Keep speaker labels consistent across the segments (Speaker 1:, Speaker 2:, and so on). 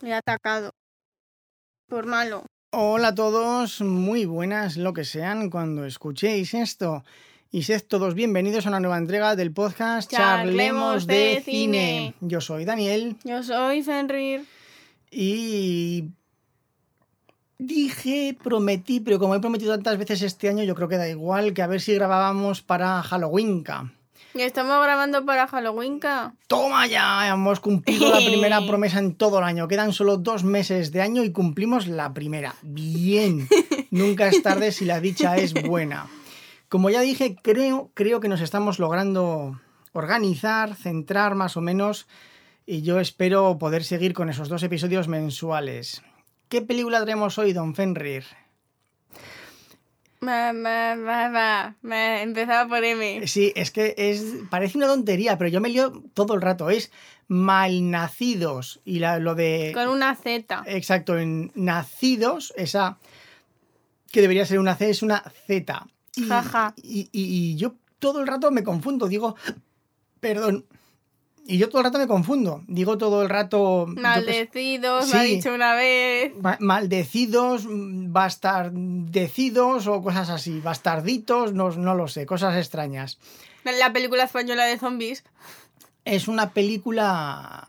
Speaker 1: Le he atacado. Por malo.
Speaker 2: Hola a todos, muy buenas lo que sean cuando escuchéis esto. Y sed todos bienvenidos a una nueva entrega del podcast
Speaker 1: Charlemos de Cine.
Speaker 2: Yo soy Daniel
Speaker 1: Yo soy Fenrir.
Speaker 2: y dije, prometí, pero como he prometido tantas veces este año, yo creo que da igual que a ver si grabábamos para Halloweenka.
Speaker 1: Y estamos grabando para Halloween. ¿ca?
Speaker 2: Toma ya, hemos cumplido la primera promesa en todo el año. Quedan solo dos meses de año y cumplimos la primera. Bien, nunca es tarde si la dicha es buena. Como ya dije, creo, creo que nos estamos logrando organizar, centrar más o menos, y yo espero poder seguir con esos dos episodios mensuales. ¿Qué película traemos hoy, Don Fenrir?
Speaker 1: Ma, ma, ma, ma, ma. Empezaba por M.
Speaker 2: Eh, Sí, es que es parece una tontería, pero yo me lío todo el rato. Es malnacidos y la- lo de
Speaker 1: Con una Z.
Speaker 2: Exacto, en nacidos, esa que debería ser una C es una Z. Y,
Speaker 1: Jaja.
Speaker 2: y- y- y yo todo el rato me confundo, digo, perdón. Y yo todo el rato me confundo, digo todo el rato. yo qué sé,
Speaker 1: Maldecidos, me ha
Speaker 2: Sí.
Speaker 1: dicho una vez.
Speaker 2: ma- Maldecidos, mm, bastardecidos o cosas así, bastarditos, no, no lo sé, cosas extrañas.
Speaker 1: La película española de zombies.
Speaker 2: Es una película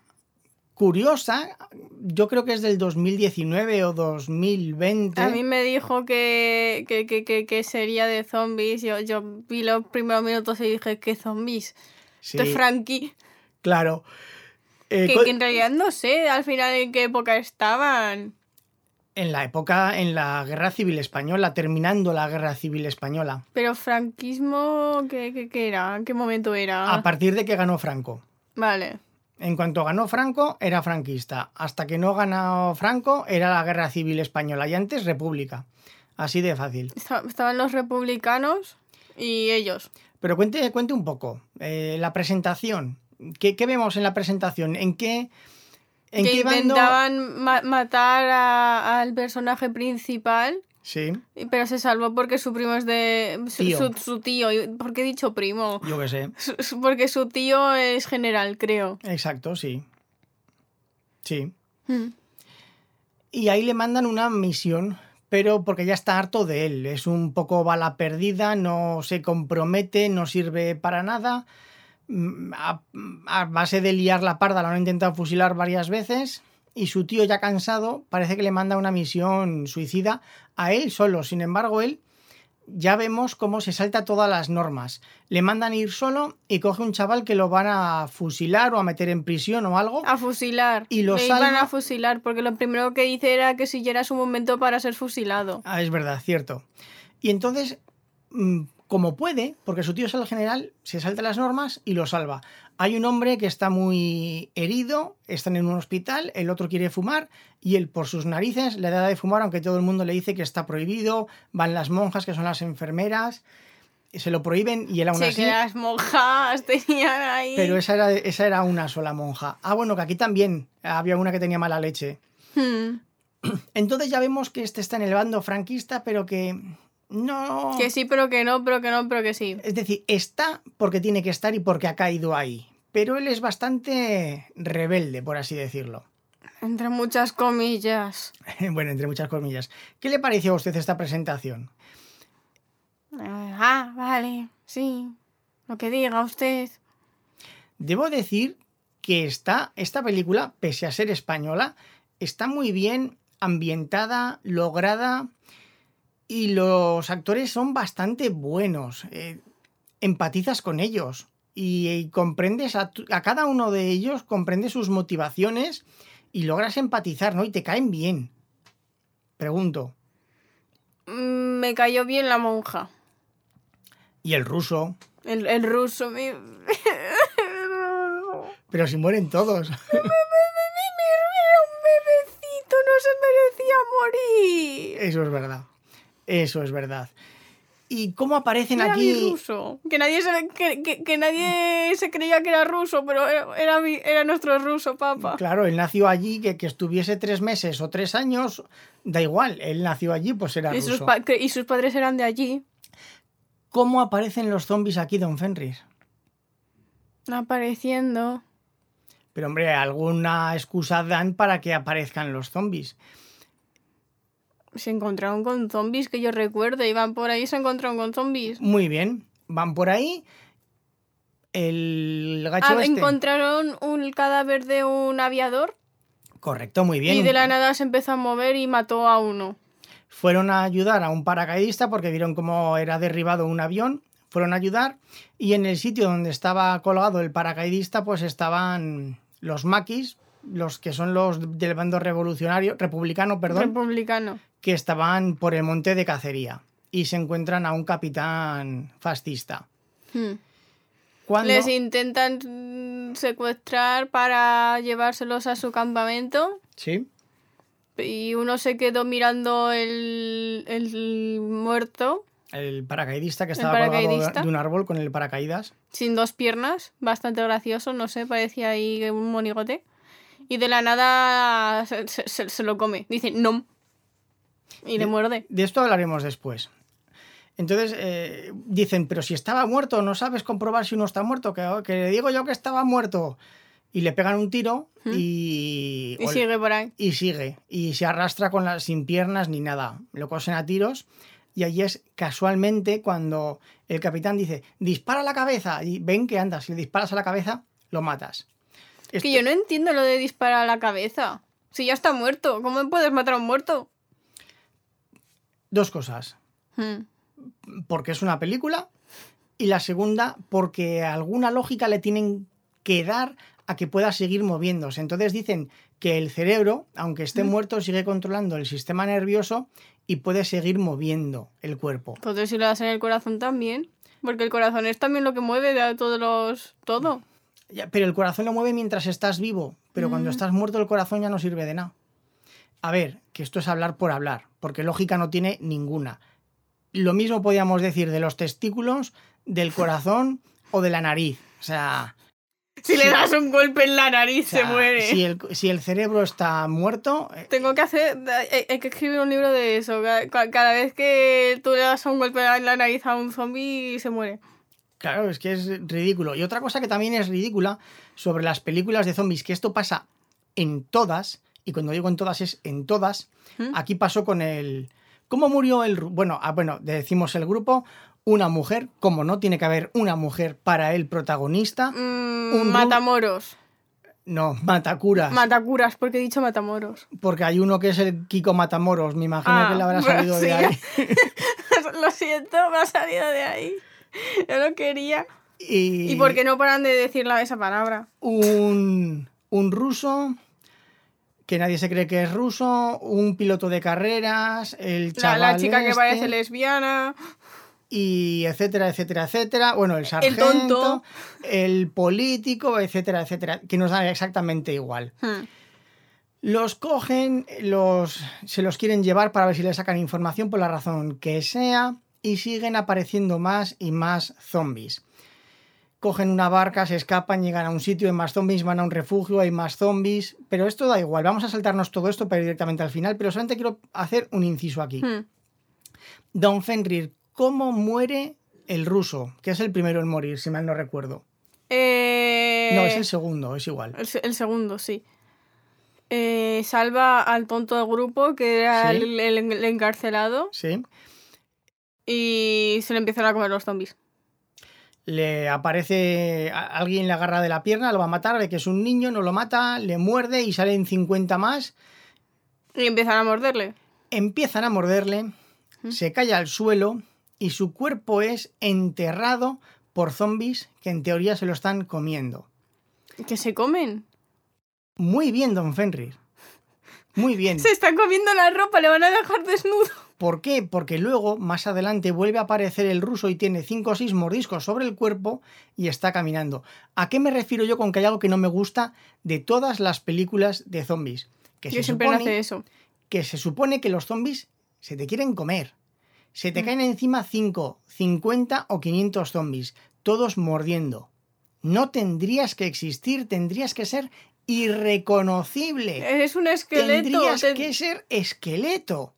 Speaker 2: curiosa, yo creo que es del 2019 o 2020.
Speaker 1: A mí me dijo que, que, que, que, que sería de zombies. Yo, yo vi los primeros minutos y dije, ¿qué zombies?
Speaker 2: Sí.
Speaker 1: Esto es Frankie.
Speaker 2: Claro. Eh,
Speaker 1: Que,
Speaker 2: co-
Speaker 1: que en realidad no sé al final en qué época estaban.
Speaker 2: En la época, en la Guerra Civil Española, terminando la Guerra Civil Española,
Speaker 1: Pero franquismo, ¿qué, qué, qué era? ¿En qué momento era?
Speaker 2: a partir de que ganó Franco.
Speaker 1: vale.
Speaker 2: En cuanto ganó Franco, era franquista. Hasta que no ganó Franco, era la Guerra Civil Española y antes República. Así de fácil.
Speaker 1: Esta- Estaban los republicanos y ellos.
Speaker 2: Pero cuente, cuente un poco. eh, la presentación. ¿Qué, qué vemos en la presentación? ¿En qué, en
Speaker 1: que
Speaker 2: qué bando?
Speaker 1: intentaban ma- matar a- al personaje principal,
Speaker 2: Sí,
Speaker 1: y- pero se salvó porque su primo es de. Su
Speaker 2: Tío.
Speaker 1: su- su tío. Y- ¿Por qué he dicho primo?
Speaker 2: yo qué sé.
Speaker 1: Su- su- Porque su tío es general, creo.
Speaker 2: Exacto, sí. Sí.
Speaker 1: Mm.
Speaker 2: Y ahí le mandan una misión, pero porque ya está harto de él. Es un poco bala perdida, no se compromete, no sirve para nada. Mm, A, a base de liar la parda, lo han intentado fusilar varias veces. Y su tío, ya cansado, parece que le manda una misión suicida a él solo. Sin embargo, él ya vemos cómo se salta todas las normas. Le mandan ir solo y coge un chaval que lo van a fusilar o a meter en prisión o algo.
Speaker 1: A fusilar.
Speaker 2: Y lo
Speaker 1: Le iban
Speaker 2: salva-
Speaker 1: a fusilar porque lo primero que hice era que siguiera su momento para ser fusilado.
Speaker 2: Ah, es verdad, cierto. Y entonces, mm, como puede, porque su tío es el general, se salta las normas y lo salva. Hay un hombre que está muy herido, están en un hospital, el otro quiere fumar y él por sus narices le da de fumar, aunque todo el mundo le dice que está prohibido, van las monjas, que son las enfermeras, se lo prohíben y él aún
Speaker 1: Che,
Speaker 2: así...
Speaker 1: que las monjas tenían ahí.
Speaker 2: Pero esa era, esa era una sola monja. Ah, bueno, que aquí también había una que tenía mala leche.
Speaker 1: Hmm.
Speaker 2: Entonces ya vemos que este está en el bando franquista, pero que no...
Speaker 1: Que sí, pero que no, pero que no, pero que sí.
Speaker 2: Es decir, está porque tiene que estar y porque ha caído ahí. Pero él es bastante rebelde, por así decirlo.
Speaker 1: Entre muchas comillas.
Speaker 2: Bueno, entre muchas comillas. ¿Qué le pareció a usted esta presentación?
Speaker 1: Ah, vale, sí. Lo que diga usted.
Speaker 2: Debo decir que está, esta película, pese a ser española, está muy bien ambientada, lograda y los actores son bastante buenos. Eh, empatizas con ellos y, y comprendes a, tu- a cada uno de ellos, comprendes sus motivaciones y logras empatizar, ¿no? Y te caen bien. Pregunto.
Speaker 1: Mm, Me cayó bien la monja.
Speaker 2: ¿Y el ruso?
Speaker 1: El, el ruso me...
Speaker 2: Pero si mueren todos.
Speaker 1: Era un bebecito, no se merecía morir.
Speaker 2: Eso es verdad. Eso es verdad. ¿Y cómo aparecen
Speaker 1: Era
Speaker 2: aquí?
Speaker 1: mi ruso. Que nadie, se, que, que- que nadie se creía que era ruso, pero era, era, mi- era nuestro ruso, papá.
Speaker 2: Claro, él nació allí, que, que estuviese tres meses o tres años, da igual, él nació allí, pues era
Speaker 1: Y
Speaker 2: ruso.
Speaker 1: sus, pa- que- y sus padres eran de allí.
Speaker 2: ¿Cómo aparecen los zombies aquí, Don Fenrir?
Speaker 1: Apareciendo.
Speaker 2: Pero hombre, alguna excusa dan para que aparezcan los zombies.
Speaker 1: Se encontraron con zombies que yo recuerdo. Iban por ahí, se encontraron con zombies.
Speaker 2: Muy bien, van por ahí. El gacho
Speaker 1: Ah,
Speaker 2: este.
Speaker 1: encontraron un cadáver de un aviador
Speaker 2: Correcto, muy bien.
Speaker 1: y de la nada se empezó a mover y mató a uno.
Speaker 2: Fueron a ayudar a un paracaidista porque vieron cómo era derribado un avión. Fueron a ayudar y en el sitio donde estaba colgado el paracaidista, pues estaban los maquis, los que son los del bando revolucionario, republicano, perdón,
Speaker 1: Republicano.
Speaker 2: que estaban por el monte de cacería y se encuentran a un capitán fascista.
Speaker 1: Hmm.
Speaker 2: Cuando
Speaker 1: Les intentan mm, secuestrar para llevárselos a su campamento.
Speaker 2: sí,
Speaker 1: Y uno se quedó mirando el, el muerto
Speaker 2: el paracaidista que estaba colgado
Speaker 1: paracaidista.
Speaker 2: de un árbol con el paracaídas.
Speaker 1: sin dos piernas, bastante gracioso, no sé, parecía ahí un monigote. Y de la nada se, se- se- se lo come, dice no. Y le
Speaker 2: De-
Speaker 1: muerde.
Speaker 2: De esto hablaremos después. Entonces eh, dicen, pero si estaba muerto, no sabes comprobar si uno está muerto, que, oh, que le digo yo que estaba muerto. Y le pegan un tiro
Speaker 1: ¿Mm?
Speaker 2: y,
Speaker 1: Y
Speaker 2: ol-
Speaker 1: sigue por ahí.
Speaker 2: y sigue. Y se arrastra con las, sin piernas ni nada. Lo cosen a tiros. Y allí es casualmente cuando el capitán dice, dispara a la cabeza. Y ven que anda, si le disparas a la cabeza, lo matas. Esto-
Speaker 1: Que yo no entiendo lo de disparar a la cabeza. Si ya está muerto, ¿cómo puedes matar a un muerto?
Speaker 2: Dos cosas.
Speaker 1: Hmm.
Speaker 2: porque es una película y la segunda porque alguna lógica le tienen que dar a que pueda seguir moviéndose. Entonces dicen que el cerebro, aunque esté
Speaker 1: Mm.
Speaker 2: muerto, sigue controlando el sistema nervioso y puede seguir moviendo el cuerpo.
Speaker 1: Entonces pues si lo das en el corazón también. Porque el corazón es también lo que mueve a todos los... todo.
Speaker 2: Ya, Pero el corazón lo mueve mientras estás vivo, pero cuando
Speaker 1: Mm.
Speaker 2: estás muerto el corazón ya no sirve de nada. A ver, que esto es hablar por hablar, porque lógica no tiene ninguna. Lo mismo podríamos decir de los testículos, del corazón o de la nariz. O sea,
Speaker 1: Si le das un golpe en la nariz,
Speaker 2: O sea,
Speaker 1: se muere.
Speaker 2: Si el, si el cerebro está muerto, eh,
Speaker 1: Tengo que hacer. Hay, hay que escribir un libro de eso. Ca- ca- Cada vez que tú le das un golpe en la nariz a un zombie, se muere.
Speaker 2: claro, es que es ridículo. Y otra cosa que también es ridícula sobre las películas de zombies, que esto pasa en todas, y cuando digo en todas es en todas,
Speaker 1: ¿Mm?
Speaker 2: aquí pasó con el... ¿Cómo murió el...? ru- Bueno, ah, bueno, decimos el grupo, una mujer, como no tiene que haber una mujer para el protagonista,
Speaker 1: Mm,
Speaker 2: Un ru-
Speaker 1: matamoros.
Speaker 2: no,
Speaker 1: Ah,
Speaker 2: matacuras,
Speaker 1: Matacuras, porque he dicho matamoros.
Speaker 2: porque hay uno que es el Kiko Matamoros, me imagino
Speaker 1: Ah,
Speaker 2: que le habrá
Speaker 1: bueno,
Speaker 2: salido
Speaker 1: sí.
Speaker 2: de ahí.
Speaker 1: Lo siento, me ha salido de ahí. Yo lo quería.
Speaker 2: Y,
Speaker 1: ¿Y por qué no paran de decir la- esa palabra?
Speaker 2: un, un ruso que nadie se cree que es ruso, un piloto de carreras, el
Speaker 1: La,
Speaker 2: chaval
Speaker 1: la chica que
Speaker 2: este,
Speaker 1: parece lesbiana.
Speaker 2: y etcétera, etcétera, etcétera. Bueno, el sargento, el,
Speaker 1: tonto.
Speaker 2: político, etcétera, etcétera, que nos da exactamente igual.
Speaker 1: Hmm.
Speaker 2: Los cogen, los se los quieren llevar para ver si le sacan información por la razón que sea y siguen apareciendo más y más zombies. Cogen una barca, se escapan, llegan a un sitio, hay más zombies, van a un refugio, hay más zombies, pero esto da igual, vamos a saltarnos todo esto para ir directamente al final, pero solamente quiero hacer un inciso aquí.
Speaker 1: Hmm.
Speaker 2: Don Fenrir, ¿cómo muere el ruso? Que es el primero en morir, si mal no recuerdo.
Speaker 1: Eh,
Speaker 2: No, es el segundo, es igual.
Speaker 1: El, se- el segundo, sí. Eh, salva al tonto del grupo, que era
Speaker 2: Sí.
Speaker 1: el, el- el encarcelado,
Speaker 2: Sí.
Speaker 1: y se le empiezan a comer los zombies.
Speaker 2: le aparece a- alguien le agarra de la pierna, lo va a matar, ve que es un niño, no lo mata, le muerde y salen 50 más,
Speaker 1: Y empiezan a morderle.
Speaker 2: empiezan a morderle,
Speaker 1: ¿Mm?
Speaker 2: se cae al suelo y su cuerpo es enterrado por zombies que en teoría se lo están comiendo.
Speaker 1: Que se comen.
Speaker 2: Muy bien, don Fenrir. Muy bien.
Speaker 1: Se están comiendo la ropa, le van a dejar desnudo.
Speaker 2: ¿Por qué? Porque luego, más adelante, vuelve a aparecer el ruso y tiene 5 o 6 mordiscos sobre el cuerpo y está caminando. ¿A qué me refiero yo con que hay algo que no me gusta de todas las películas de zombies? Que
Speaker 1: Yo
Speaker 2: se,
Speaker 1: siempre no hace
Speaker 2: supone,
Speaker 1: eso.
Speaker 2: que se supone que los zombies se te quieren comer. Se te
Speaker 1: Mm.
Speaker 2: caen encima 5, 50 o 500 zombies, todos mordiendo. No tendrías que existir, tendrías que ser irreconocible.
Speaker 1: Es un esqueleto.
Speaker 2: Tendrías
Speaker 1: te-
Speaker 2: que ser esqueleto.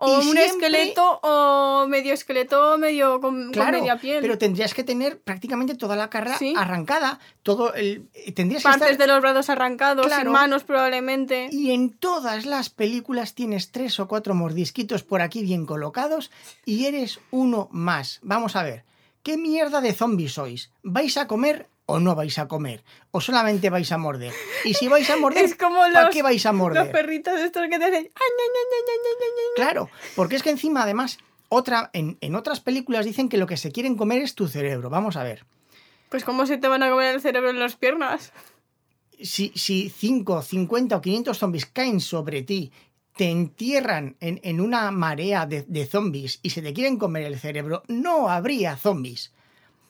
Speaker 1: O un
Speaker 2: siempre-
Speaker 1: esqueleto, o medio esqueleto, medio con, con
Speaker 2: Claro,
Speaker 1: media piel.
Speaker 2: pero tendrías que tener prácticamente toda la cara
Speaker 1: Sí.
Speaker 2: arrancada, todo el eh, tendrías que
Speaker 1: Partes
Speaker 2: estar-
Speaker 1: de los brazos arrancados, sin
Speaker 2: Claro.
Speaker 1: manos probablemente.
Speaker 2: y en todas las películas tienes tres o cuatro mordisquitos por aquí bien colocados y eres uno más. Vamos a ver, ¿qué mierda de zombies sois? ¿Vais a comer o no vais a comer? ¿O solamente vais a morder? Y si vais a morder,
Speaker 1: Es como
Speaker 2: ¿para
Speaker 1: los,
Speaker 2: qué vais a morder?
Speaker 1: los perritos estos que te hacen. "Ay, ña, ña, ña, ña, ña, ña, ña".
Speaker 2: Claro, porque es que encima, además, otra, en, en otras películas dicen que lo que se quieren comer es tu cerebro. Vamos a ver.
Speaker 1: Pues, ¿cómo se te van a comer el cerebro en las piernas?
Speaker 2: Si, si 5, 50 o 500 zombies caen sobre ti, te entierran en, en una marea de, de zombies y se te quieren comer el cerebro, no habría zombies.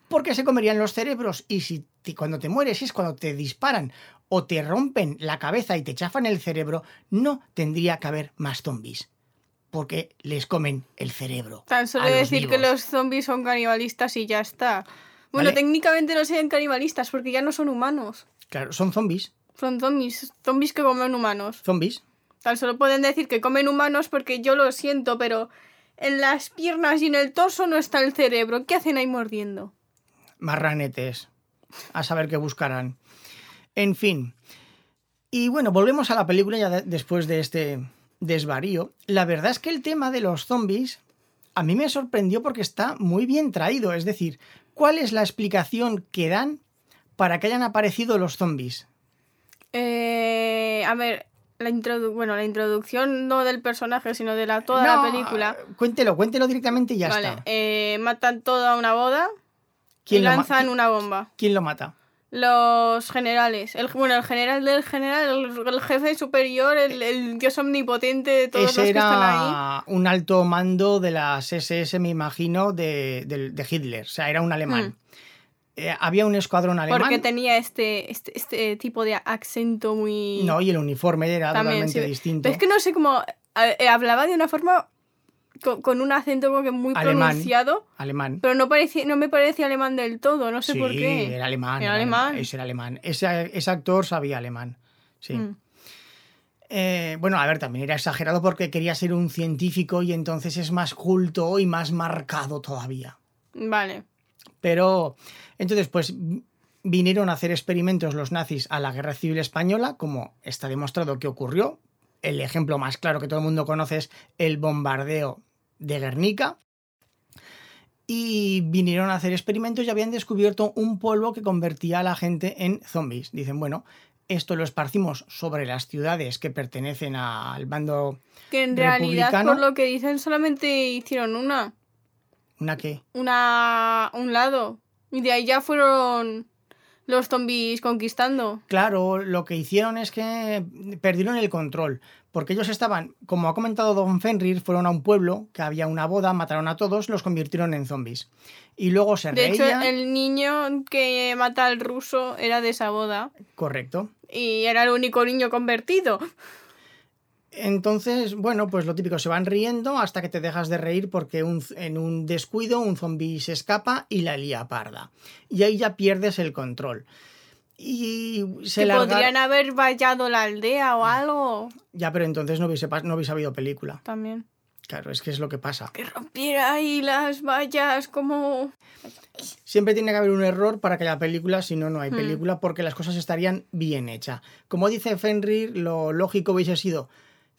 Speaker 2: Porque se comerían los cerebros y si te- cuando te mueres es cuando te disparan o te rompen la cabeza y te chafan el cerebro, no tendría que haber más zombies. Porque les comen el cerebro.
Speaker 1: Tan solo
Speaker 2: a los
Speaker 1: decir que
Speaker 2: vivos.
Speaker 1: los zombies son canibalistas y ya está. Bueno,
Speaker 2: Vale.
Speaker 1: técnicamente no serían canibalistas porque ya no son humanos.
Speaker 2: Claro, son zombies.
Speaker 1: Son zombies, zombies que comen humanos.
Speaker 2: Zombies.
Speaker 1: Tan solo pueden decir que comen humanos porque yo lo siento, pero en las piernas y en el torso no está el cerebro. ¿Qué hacen ahí mordiendo?
Speaker 2: marranetes. A saber qué buscarán. En fin. Y bueno, volvemos a la película ya de- después de este desvarío. La verdad es que el tema de los zombies a mí me sorprendió porque está muy bien traído. Es decir, ¿cuál es la explicación que dan para que hayan aparecido los zombies?
Speaker 1: Eh, a ver, la introdu bueno, la introducción no del personaje, sino de la toda
Speaker 2: No, eh,
Speaker 1: la película.
Speaker 2: Cuéntelo, cuéntelo directamente y ya
Speaker 1: vale,
Speaker 2: está.
Speaker 1: eh, matan toda una boda y
Speaker 2: ¿Quién lo, ma-
Speaker 1: lanzan
Speaker 2: qui-
Speaker 1: una bomba.
Speaker 2: ¿Quién lo mata?
Speaker 1: Los generales, el, bueno, el general del general, el, el jefe superior, el, el dios omnipotente de todos los
Speaker 2: Ese
Speaker 1: que están ahí.
Speaker 2: era un alto mando de las SS, me imagino, de, del- de Hitler. O sea, era un alemán. Eh, había un escuadrón alemán.
Speaker 1: Mm. Porque tenía este, este, este tipo de acento muy...
Speaker 2: No, y el uniforme era
Speaker 1: También,
Speaker 2: totalmente
Speaker 1: sí.
Speaker 2: distinto.
Speaker 1: Pero es que no sé cómo... eh, eh, hablaba de una forma con, con un acento como que muy
Speaker 2: Alemán.
Speaker 1: pronunciado,
Speaker 2: Alemán.
Speaker 1: pero no, parecía, no me parecía alemán del todo, no sé
Speaker 2: sí,
Speaker 1: por qué.
Speaker 2: era alemán.
Speaker 1: Era alemán.
Speaker 2: Ese era alemán. Ese, ese actor sabía alemán. Sí.
Speaker 1: Mm.
Speaker 2: Eh, bueno, a ver, también era exagerado porque quería ser un científico y entonces es más culto y más marcado todavía.
Speaker 1: Vale.
Speaker 2: Pero entonces, pues vi- vinieron a hacer experimentos los nazis a la Guerra Civil Española, como está demostrado que ocurrió. El ejemplo más claro que todo el mundo conoce es el bombardeo de Guernica. Y vinieron a hacer experimentos y habían descubierto un polvo que convertía a la gente en zombies. Dicen, bueno, esto lo esparcimos sobre las ciudades que pertenecen al bando...
Speaker 1: Que en realidad,
Speaker 2: Republicano.
Speaker 1: por lo que dicen, solamente hicieron una.
Speaker 2: ¿Una qué?
Speaker 1: una un lado. Y de ahí ya fueron los zombies conquistando.
Speaker 2: Claro, lo que hicieron es que perdieron el control, porque ellos estaban, como ha comentado Don Fenrir, fueron a un pueblo que había una boda, mataron a todos, los convirtieron en zombies. Y luego se
Speaker 1: De hecho,
Speaker 2: reían,
Speaker 1: el niño que mata al ruso era de esa boda.
Speaker 2: correcto.
Speaker 1: Y era el único niño convertido.
Speaker 2: Entonces, bueno, pues lo típico, se van riendo hasta que te dejas de reír porque un- en un descuido un zombi se escapa y la lía parda. Y ahí ya pierdes el control. Y se
Speaker 1: que
Speaker 2: largaron-
Speaker 1: podrían haber vallado la aldea o algo.
Speaker 2: Ya, pero entonces no hubiese, pas- no hubiese habido película.
Speaker 1: También.
Speaker 2: Claro, es que es lo que pasa.
Speaker 1: Que rompiera ahí las vallas como...
Speaker 2: Siempre tiene que haber un error para que la película, si no, no hay
Speaker 1: Hmm.
Speaker 2: película, porque las cosas estarían bien hechas. Como dice Fenrir, lo lógico hubiese sido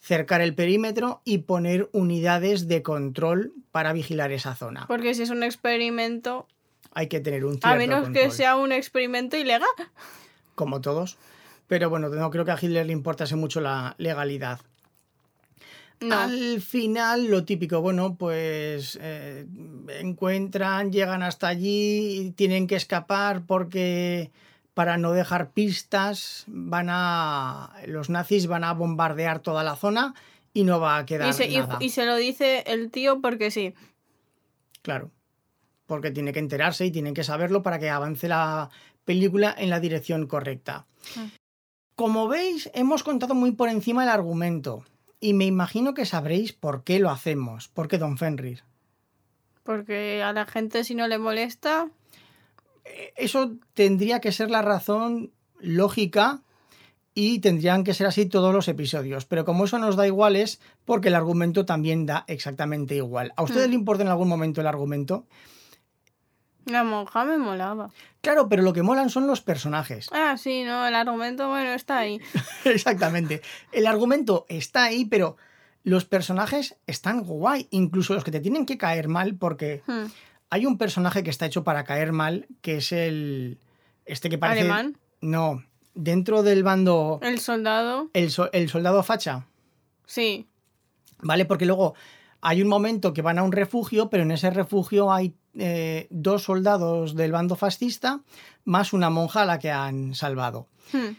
Speaker 2: cercar el perímetro y poner unidades de control para vigilar esa zona.
Speaker 1: Porque si es un experimento...
Speaker 2: Hay que tener un cierto
Speaker 1: A menos que
Speaker 2: control,
Speaker 1: sea un experimento ilegal.
Speaker 2: como todos. Pero bueno, no creo que a Hitler le importase mucho la legalidad.
Speaker 1: No.
Speaker 2: Al final, lo típico, bueno, pues eh, encuentran, llegan hasta allí, y tienen que escapar porque para no dejar pistas van a los nazis van a bombardear toda la zona y no va a quedar
Speaker 1: Y se, y-
Speaker 2: nada.
Speaker 1: y se lo dice el tío porque sí.
Speaker 2: Claro, porque tiene que enterarse y tienen que saberlo para que avance la película en la dirección correcta.
Speaker 1: Ah.
Speaker 2: Como veis, hemos contado muy por encima el argumento y me imagino que sabréis por qué lo hacemos, porque Don Fenrir.
Speaker 1: Porque a la gente si no le molesta...
Speaker 2: Eh, Eso tendría que ser la razón lógica y tendrían que ser así todos los episodios. Pero como eso nos da igual es porque el argumento también da exactamente igual. ¿A ustedes
Speaker 1: Mm.
Speaker 2: le importa en algún momento el argumento?
Speaker 1: La monja me molaba.
Speaker 2: Claro, pero lo que molan son los personajes.
Speaker 1: Ah, sí, no, el argumento, bueno, está ahí.
Speaker 2: Exactamente. El argumento está ahí, pero los personajes están guay. Incluso los que te tienen que caer mal porque
Speaker 1: Hmm.
Speaker 2: hay un personaje que está hecho para caer mal, que es el... Este que parece...
Speaker 1: Alemán,
Speaker 2: No, dentro del bando...
Speaker 1: el soldado,
Speaker 2: El, so- el soldado facha.
Speaker 1: sí.
Speaker 2: ¿Vale? Porque luego hay un momento que van a un refugio, pero en ese refugio hay eh, dos soldados del bando fascista más una monja a la que han salvado.
Speaker 1: Hmm.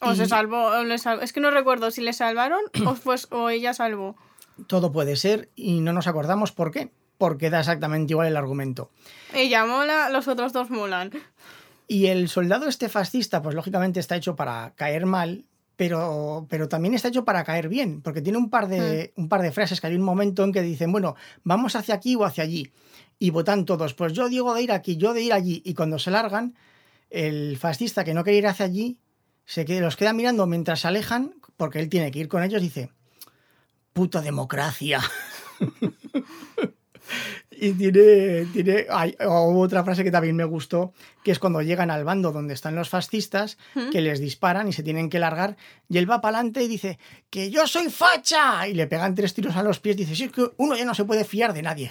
Speaker 1: O
Speaker 2: Y-
Speaker 1: se salvó, o le sal- es que no recuerdo si le salvaron o, pues, o ella salvó.
Speaker 2: Todo puede ser y no nos acordamos por qué, porque da exactamente igual el argumento.
Speaker 1: Ella mola, los otros dos molan.
Speaker 2: Y el soldado este fascista, pues lógicamente está hecho para caer mal, pero, pero también está hecho para caer bien, porque tiene un par, de, un par de frases que hay un momento en que dicen, bueno, vamos hacia aquí o hacia allí. Y votan todos, pues yo digo de ir aquí, yo de ir allí. Y cuando se largan, el fascista que no quiere ir hacia allí, se que- los queda mirando mientras se alejan, porque él tiene que ir con ellos, dice, puta democracia. y tiene, tiene hay otra frase que también me gustó, que es cuando llegan al bando donde están los fascistas,
Speaker 1: ¿Mm?
Speaker 2: que les disparan y se tienen que largar, y él va para adelante y dice, que yo soy facha, y le pegan tres tiros a los pies, dice, si es que uno ya no se puede fiar de nadie.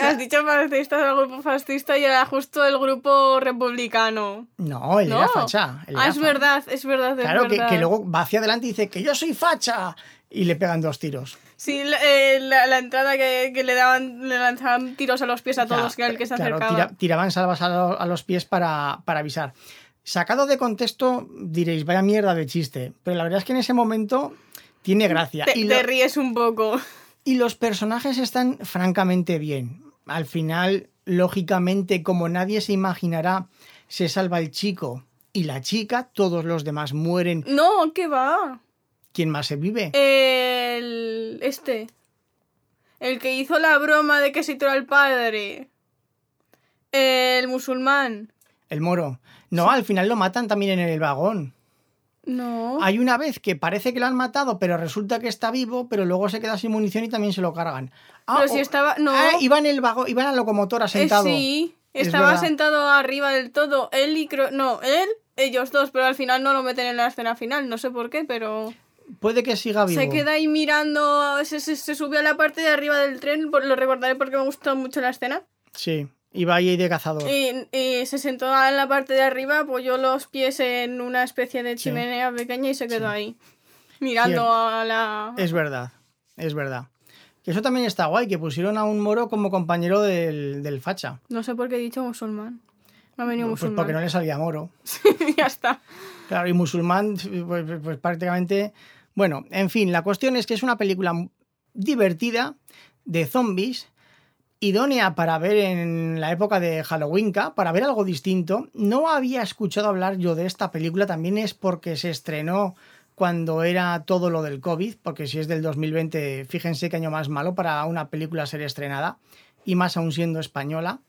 Speaker 1: Has dicho fascistas al grupo fascista y era justo el grupo republicano.
Speaker 2: No, él
Speaker 1: No.
Speaker 2: era facha. él
Speaker 1: Ah,
Speaker 2: era
Speaker 1: es
Speaker 2: fa-
Speaker 1: verdad, es verdad, es
Speaker 2: Claro, que,
Speaker 1: verdad.
Speaker 2: que luego va hacia adelante y dice, que yo soy facha, y le pegan dos tiros.
Speaker 1: Sí, la, eh, la- la entrada que, que le daban, le lanzaban tiros a los pies a todos que
Speaker 2: Claro,
Speaker 1: al que se
Speaker 2: claro,
Speaker 1: acercaba.
Speaker 2: tira- tiraban salvas a, lo- a los pies para, para avisar. Sacado de contexto, diréis, vaya mierda de chiste. Pero la verdad es que en ese momento tiene gracia.
Speaker 1: Te,
Speaker 2: y, lo-
Speaker 1: te ríes un poco.
Speaker 2: y los personajes están francamente bien. Al final, lógicamente, como nadie se imaginará, se salva el chico y la chica, todos los demás mueren.
Speaker 1: No, ¿qué va?
Speaker 2: ¿Quién más se vive?
Speaker 1: El. Este. El que hizo la broma de que se tiró al padre. El musulmán.
Speaker 2: El moro. No, al final lo matan también en el vagón.
Speaker 1: No.
Speaker 2: Hay una vez que parece que lo han matado, pero resulta que está vivo, pero luego se queda sin munición y también se lo cargan. Ah,
Speaker 1: Pero si
Speaker 2: o-
Speaker 1: estaba. No.
Speaker 2: ah, iba en el vagón, iba en la locomotora
Speaker 1: Eh,
Speaker 2: sentado.
Speaker 1: sí.
Speaker 2: Es
Speaker 1: Estaba
Speaker 2: verdad.
Speaker 1: sentado arriba del todo. Él y creo. No, él, ellos dos, pero al final no lo meten en la escena final. No sé por qué, pero.
Speaker 2: Puede que siga vivo.
Speaker 1: Se queda ahí mirando. Se, se, se subió a la parte de arriba del tren. por- Lo recordaré porque me gustó mucho la escena.
Speaker 2: Sí, iba ahí de cazador.
Speaker 1: Y, y se sentó en la parte de arriba, apoyó los pies en una especie de
Speaker 2: Sí.
Speaker 1: chimenea pequeña y se quedó
Speaker 2: Sí.
Speaker 1: ahí, mirando
Speaker 2: Cierto. Eh.
Speaker 1: a la...
Speaker 2: Es verdad, es verdad. Que eso también está guay, que pusieron a un moro como compañero del, del facha.
Speaker 1: No sé por qué he dicho musulmán. Me ha venido
Speaker 2: Pues
Speaker 1: musulmán.
Speaker 2: porque no le salía moro.
Speaker 1: ya está.
Speaker 2: Claro, y musulmán, pues, pues- pues prácticamente. Bueno, en fin, la cuestión es que es una película divertida de zombies, idónea para ver en la época de Halloween, para ver algo distinto. No había escuchado hablar yo de esta película, también es porque se estrenó cuando era todo lo del COVID, porque si es del 2020, fíjense qué año más malo para una película ser estrenada, y más aún siendo española.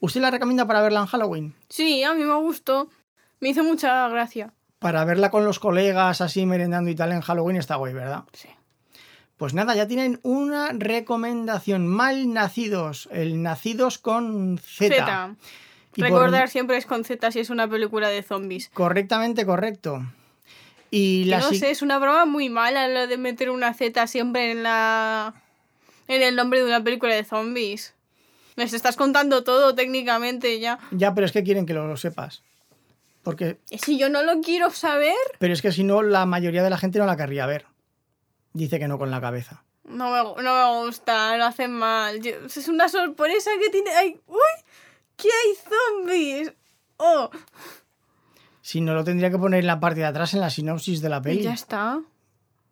Speaker 2: ¿Usted la recomienda para verla en Halloween?
Speaker 1: Sí, a mí me gustó. Me hizo mucha gracia.
Speaker 2: Para verla con los colegas así merendando y tal en Halloween está guay, ¿verdad?
Speaker 1: Sí.
Speaker 2: Pues nada, ya tienen una recomendación. Mal nacidos. El nacidos con Z.
Speaker 1: Z.
Speaker 2: Y por-
Speaker 1: Recordar siempre es con Z si es una película de zombies.
Speaker 2: Correctamente correcto. Y
Speaker 1: Que
Speaker 2: la
Speaker 1: no
Speaker 2: si-
Speaker 1: sé, es una broma muy mala lo de meter una Z siempre en la. en el nombre de una película de zombies. Les estás contando todo técnicamente ya.
Speaker 2: Ya, pero es que quieren que lo sepas. Porque,
Speaker 1: Y Si yo no lo quiero saber,
Speaker 2: pero es que si no, la mayoría de la gente no la querría ver. Dice que no con la cabeza.
Speaker 1: no me, gu- no me gusta, lo hacen mal. Yo- es una sorpresa que tiene. Ay, ¡Uy! ¡Que hay zombies! ¡Oh!
Speaker 2: Si no, lo tendría que poner en la parte de atrás, en la sinopsis de la
Speaker 1: Y
Speaker 2: peli.
Speaker 1: pues ya está.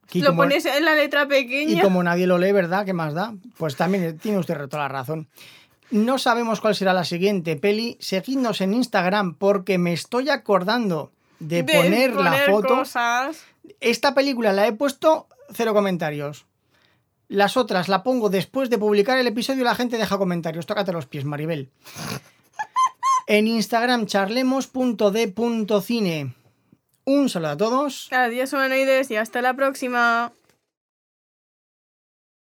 Speaker 2: Que
Speaker 1: lo
Speaker 2: como-
Speaker 1: pones en la letra
Speaker 2: Y
Speaker 1: pequeña.
Speaker 2: como nadie lo lee, ¿verdad? ¿Qué más da? Pues también tiene usted toda la razón. No sabemos cuál será la siguiente peli. Seguidnos en Instagram porque me estoy acordando de, poner, la
Speaker 1: poner
Speaker 2: foto.
Speaker 1: cosas.
Speaker 2: Esta película la he puesto cero comentarios. Las otras la pongo después de publicar el episodio y la gente deja comentarios. Tócate los pies, Maribel. En Instagram charlemos.d.cine. Un saludo a todos.
Speaker 1: Adiós, humanoides, y hasta la próxima.